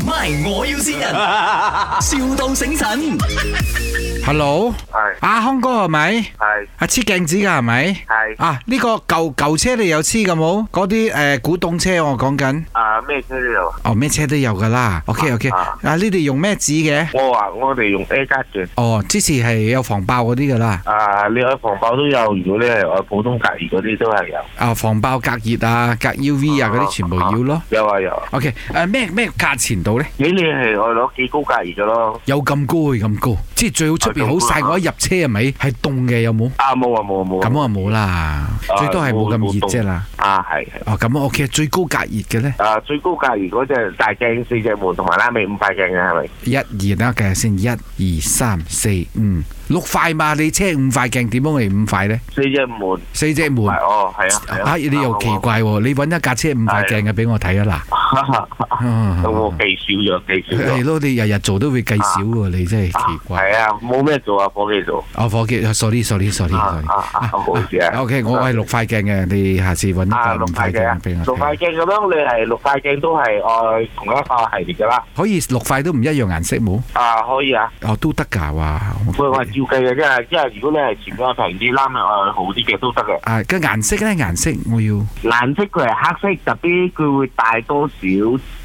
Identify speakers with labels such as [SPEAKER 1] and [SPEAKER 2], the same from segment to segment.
[SPEAKER 1] MY，我要先人，, 笑到醒神。
[SPEAKER 2] Hello，
[SPEAKER 3] 係
[SPEAKER 2] 阿康哥係咪？
[SPEAKER 3] 係
[SPEAKER 2] 啊，黐鏡子㗎係咪？
[SPEAKER 3] 係
[SPEAKER 2] 啊，呢、個舊舊車你有黐嘅冇？嗰啲诶古董車我講緊，
[SPEAKER 3] 啊咩車都有。
[SPEAKER 2] 哦咩車都有㗎啦。OK OK，
[SPEAKER 3] 啊
[SPEAKER 2] 啊呢哋用咩紙嘅？
[SPEAKER 3] 我話我哋用 A 格嘅，
[SPEAKER 2] 哦，之前係有防爆嗰啲㗎啦，
[SPEAKER 3] 啊你喺防爆都有，如果你係我普通隔熱嗰啲都係有，
[SPEAKER 2] 啊防爆隔熱啊、隔 UV 啊嗰啲全部要咯。
[SPEAKER 3] 有啊有啊。
[SPEAKER 2] OK，诶咩咩價錢到呢？
[SPEAKER 3] 你你係我攞幾高隔熱嘅咯？
[SPEAKER 2] 有咁高嘅咁高，即係最好出边好晒，
[SPEAKER 3] 啊咁高啊
[SPEAKER 2] 我一入車係咪係凍嘅有冇？
[SPEAKER 3] 啊冇啊冇啊冇
[SPEAKER 2] 咁
[SPEAKER 3] 啊。
[SPEAKER 2] 啊冇啦，最多係冇咁熱啫啦。
[SPEAKER 3] 啊係係。
[SPEAKER 2] 哦，咁 OK，最高隔熱嘅呢？
[SPEAKER 3] 啊最高隔熱嗰隻大鏡四隻門同埋拉尾五塊鏡嘅係咪？
[SPEAKER 2] 一二等我計下先，一二三四五六塊嘛，你車五塊鏡，點幫我哋五塊呢？
[SPEAKER 3] 四隻門
[SPEAKER 2] 四隻門
[SPEAKER 3] 係，哦係啊係
[SPEAKER 2] 啊，
[SPEAKER 3] 啊。
[SPEAKER 2] 你又奇怪喎，你揾一架車五塊鏡嘅俾我睇啊
[SPEAKER 3] 啊。
[SPEAKER 2] 嗱，
[SPEAKER 3] 我記少咗，記少
[SPEAKER 2] 係
[SPEAKER 3] 咗。
[SPEAKER 2] 咯， 你日日做都會計少喎，你真係奇怪。
[SPEAKER 3] 係啊，冇咩做啊，伙計做。
[SPEAKER 2] 我伙計，sorry，sorry，sorry，sorry。
[SPEAKER 3] 啊啊啊！冇事啊。
[SPEAKER 2] OK，我係六塊鏡嘅，你下次揾一
[SPEAKER 3] 啊，
[SPEAKER 2] 架
[SPEAKER 3] 六
[SPEAKER 2] 五塊
[SPEAKER 3] 塊鏡
[SPEAKER 2] 鏡
[SPEAKER 3] 啊，
[SPEAKER 2] 俾我
[SPEAKER 3] 六塊
[SPEAKER 2] 睇。
[SPEAKER 3] 鏡咁樣，你係六塊鏡都係愛同一個系列噶啦。
[SPEAKER 2] 可以六塊都唔一樣顏色冇？
[SPEAKER 3] 啊，可以啊，
[SPEAKER 2] 哦，都得㗎哇！
[SPEAKER 3] 佢話照計嘅啫，因為如果你係全部平啲，啱啊好啲嘅都得嘅。
[SPEAKER 2] 啊，個顏色呢？顏色我要。
[SPEAKER 3] 顏色佢係黑色，特別佢會帶多少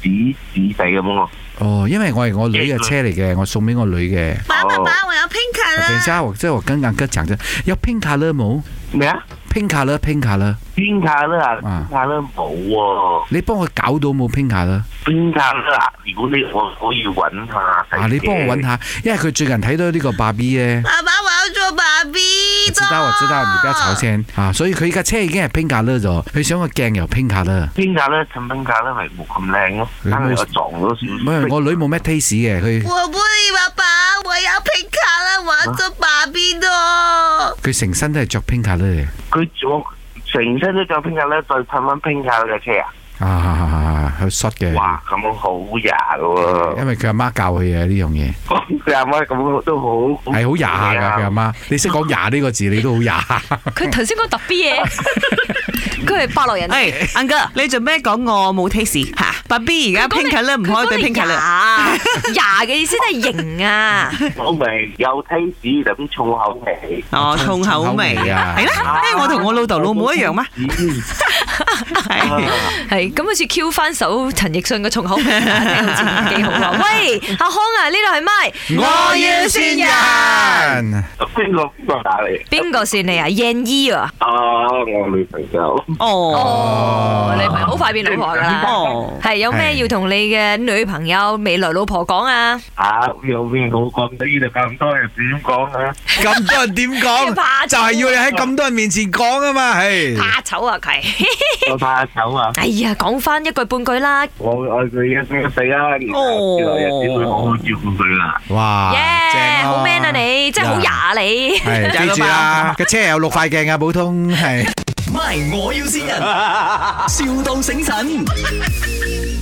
[SPEAKER 3] 紫紫仔咁咯。
[SPEAKER 2] 哦，因为我系我女嘅车嚟嘅，我送俾我女嘅。
[SPEAKER 4] 爸爸爸，我要 pink
[SPEAKER 2] 啊等一
[SPEAKER 4] color。
[SPEAKER 2] 下，我即系我跟阿吉讲啫，有 pink color 冇
[SPEAKER 3] 咩啊？
[SPEAKER 2] ？pink color pink color，
[SPEAKER 3] 邊卡咧啊？
[SPEAKER 2] 啊
[SPEAKER 3] 邊卡咧冇喎。
[SPEAKER 2] 你帮我搞到冇 pink color？
[SPEAKER 3] 邊卡咧啊？如果你我我要揾下。
[SPEAKER 2] 啊，你帮我揾。下，因为佢最近睇到呢个芭比咧。
[SPEAKER 4] 爸爸，我要做爸比。
[SPEAKER 2] 我知道，我啊知道，你不要吵。先啊！所以佢架車已經係 pink color 咗，佢想個鏡又 pink color。
[SPEAKER 3] 邊卡咧？襯邊卡咧咪冇咁靚咯，
[SPEAKER 2] 你冇
[SPEAKER 3] 但係我撞咗
[SPEAKER 2] 唔
[SPEAKER 3] 少
[SPEAKER 2] 係
[SPEAKER 3] 少。
[SPEAKER 2] 我女冇咩 taste 嘅，佢
[SPEAKER 4] 我不理爸爸，我要 pink color，我
[SPEAKER 2] 啊
[SPEAKER 4] 要做爸比的。
[SPEAKER 2] 佢成身都係着 pink color 嘅。
[SPEAKER 3] 佢我成身都着邊卡咧，再襯翻邊卡嘅車啊！
[SPEAKER 2] 啊，佢 short 嘅，
[SPEAKER 3] 哇，咁樣好呀喎！
[SPEAKER 2] 因為佢阿媽教佢啊嘅呢樣嘢，
[SPEAKER 3] 佢阿媽咁都好，
[SPEAKER 2] 係好啊牙下㗎。佢阿媽，你識講牙呢 個字，你都好牙下。
[SPEAKER 5] 佢頭先講特別 嘢，佢係百樂人。
[SPEAKER 6] 诶，銀哥，哎你做咩講我冇 taste 吓？爸 B 而家 pink 咧唔可以俾 pink 咧，
[SPEAKER 5] 啦，牙嘅意思即係型啊，
[SPEAKER 3] 我咪有 taste 就咁重口味。
[SPEAKER 6] 哦，重口味
[SPEAKER 2] 重口味啊
[SPEAKER 6] 係啦，因為我同我老豆老母一樣嘛，
[SPEAKER 3] À,
[SPEAKER 6] 係
[SPEAKER 5] 係咁好似 Q 翻首陳奕迅嘅重口 啊味，好似幾好啊！喂，阿康啊，呢度係咪？
[SPEAKER 2] 人。
[SPEAKER 3] 邊個邊個打嚟？
[SPEAKER 5] 邊個算你啊？Yan Yi 啊？
[SPEAKER 3] 啊，我女朋友。
[SPEAKER 6] 哦
[SPEAKER 5] 哦，你朋友好快變老婆㗎啦。
[SPEAKER 6] 哦，
[SPEAKER 5] 係有咩要同你嘅女朋友、未來老婆講啊？
[SPEAKER 3] 啊，有邊好講呢度咁多人點講啊？
[SPEAKER 2] 咁多人點講？
[SPEAKER 5] 要怕醜
[SPEAKER 2] 就係要你喺咁多人面前講啊嘛，
[SPEAKER 6] 嗯
[SPEAKER 2] 係。
[SPEAKER 5] 怕醜啊佢！
[SPEAKER 3] 我怕醜啊！
[SPEAKER 5] 哎呀，講翻一句半句啦，
[SPEAKER 3] 我愛佢一生一世啊！然後之後日子會好好照顧佢啦。
[SPEAKER 2] 哇，
[SPEAKER 5] 耶，
[SPEAKER 2] 啊正咯
[SPEAKER 5] 好 man 啊你，真係好
[SPEAKER 2] 呀
[SPEAKER 5] 牙啊你。
[SPEAKER 2] 係，記住啊，個車有六塊鏡啊，普通係。
[SPEAKER 1] MY，我要先人，,笑到醒神。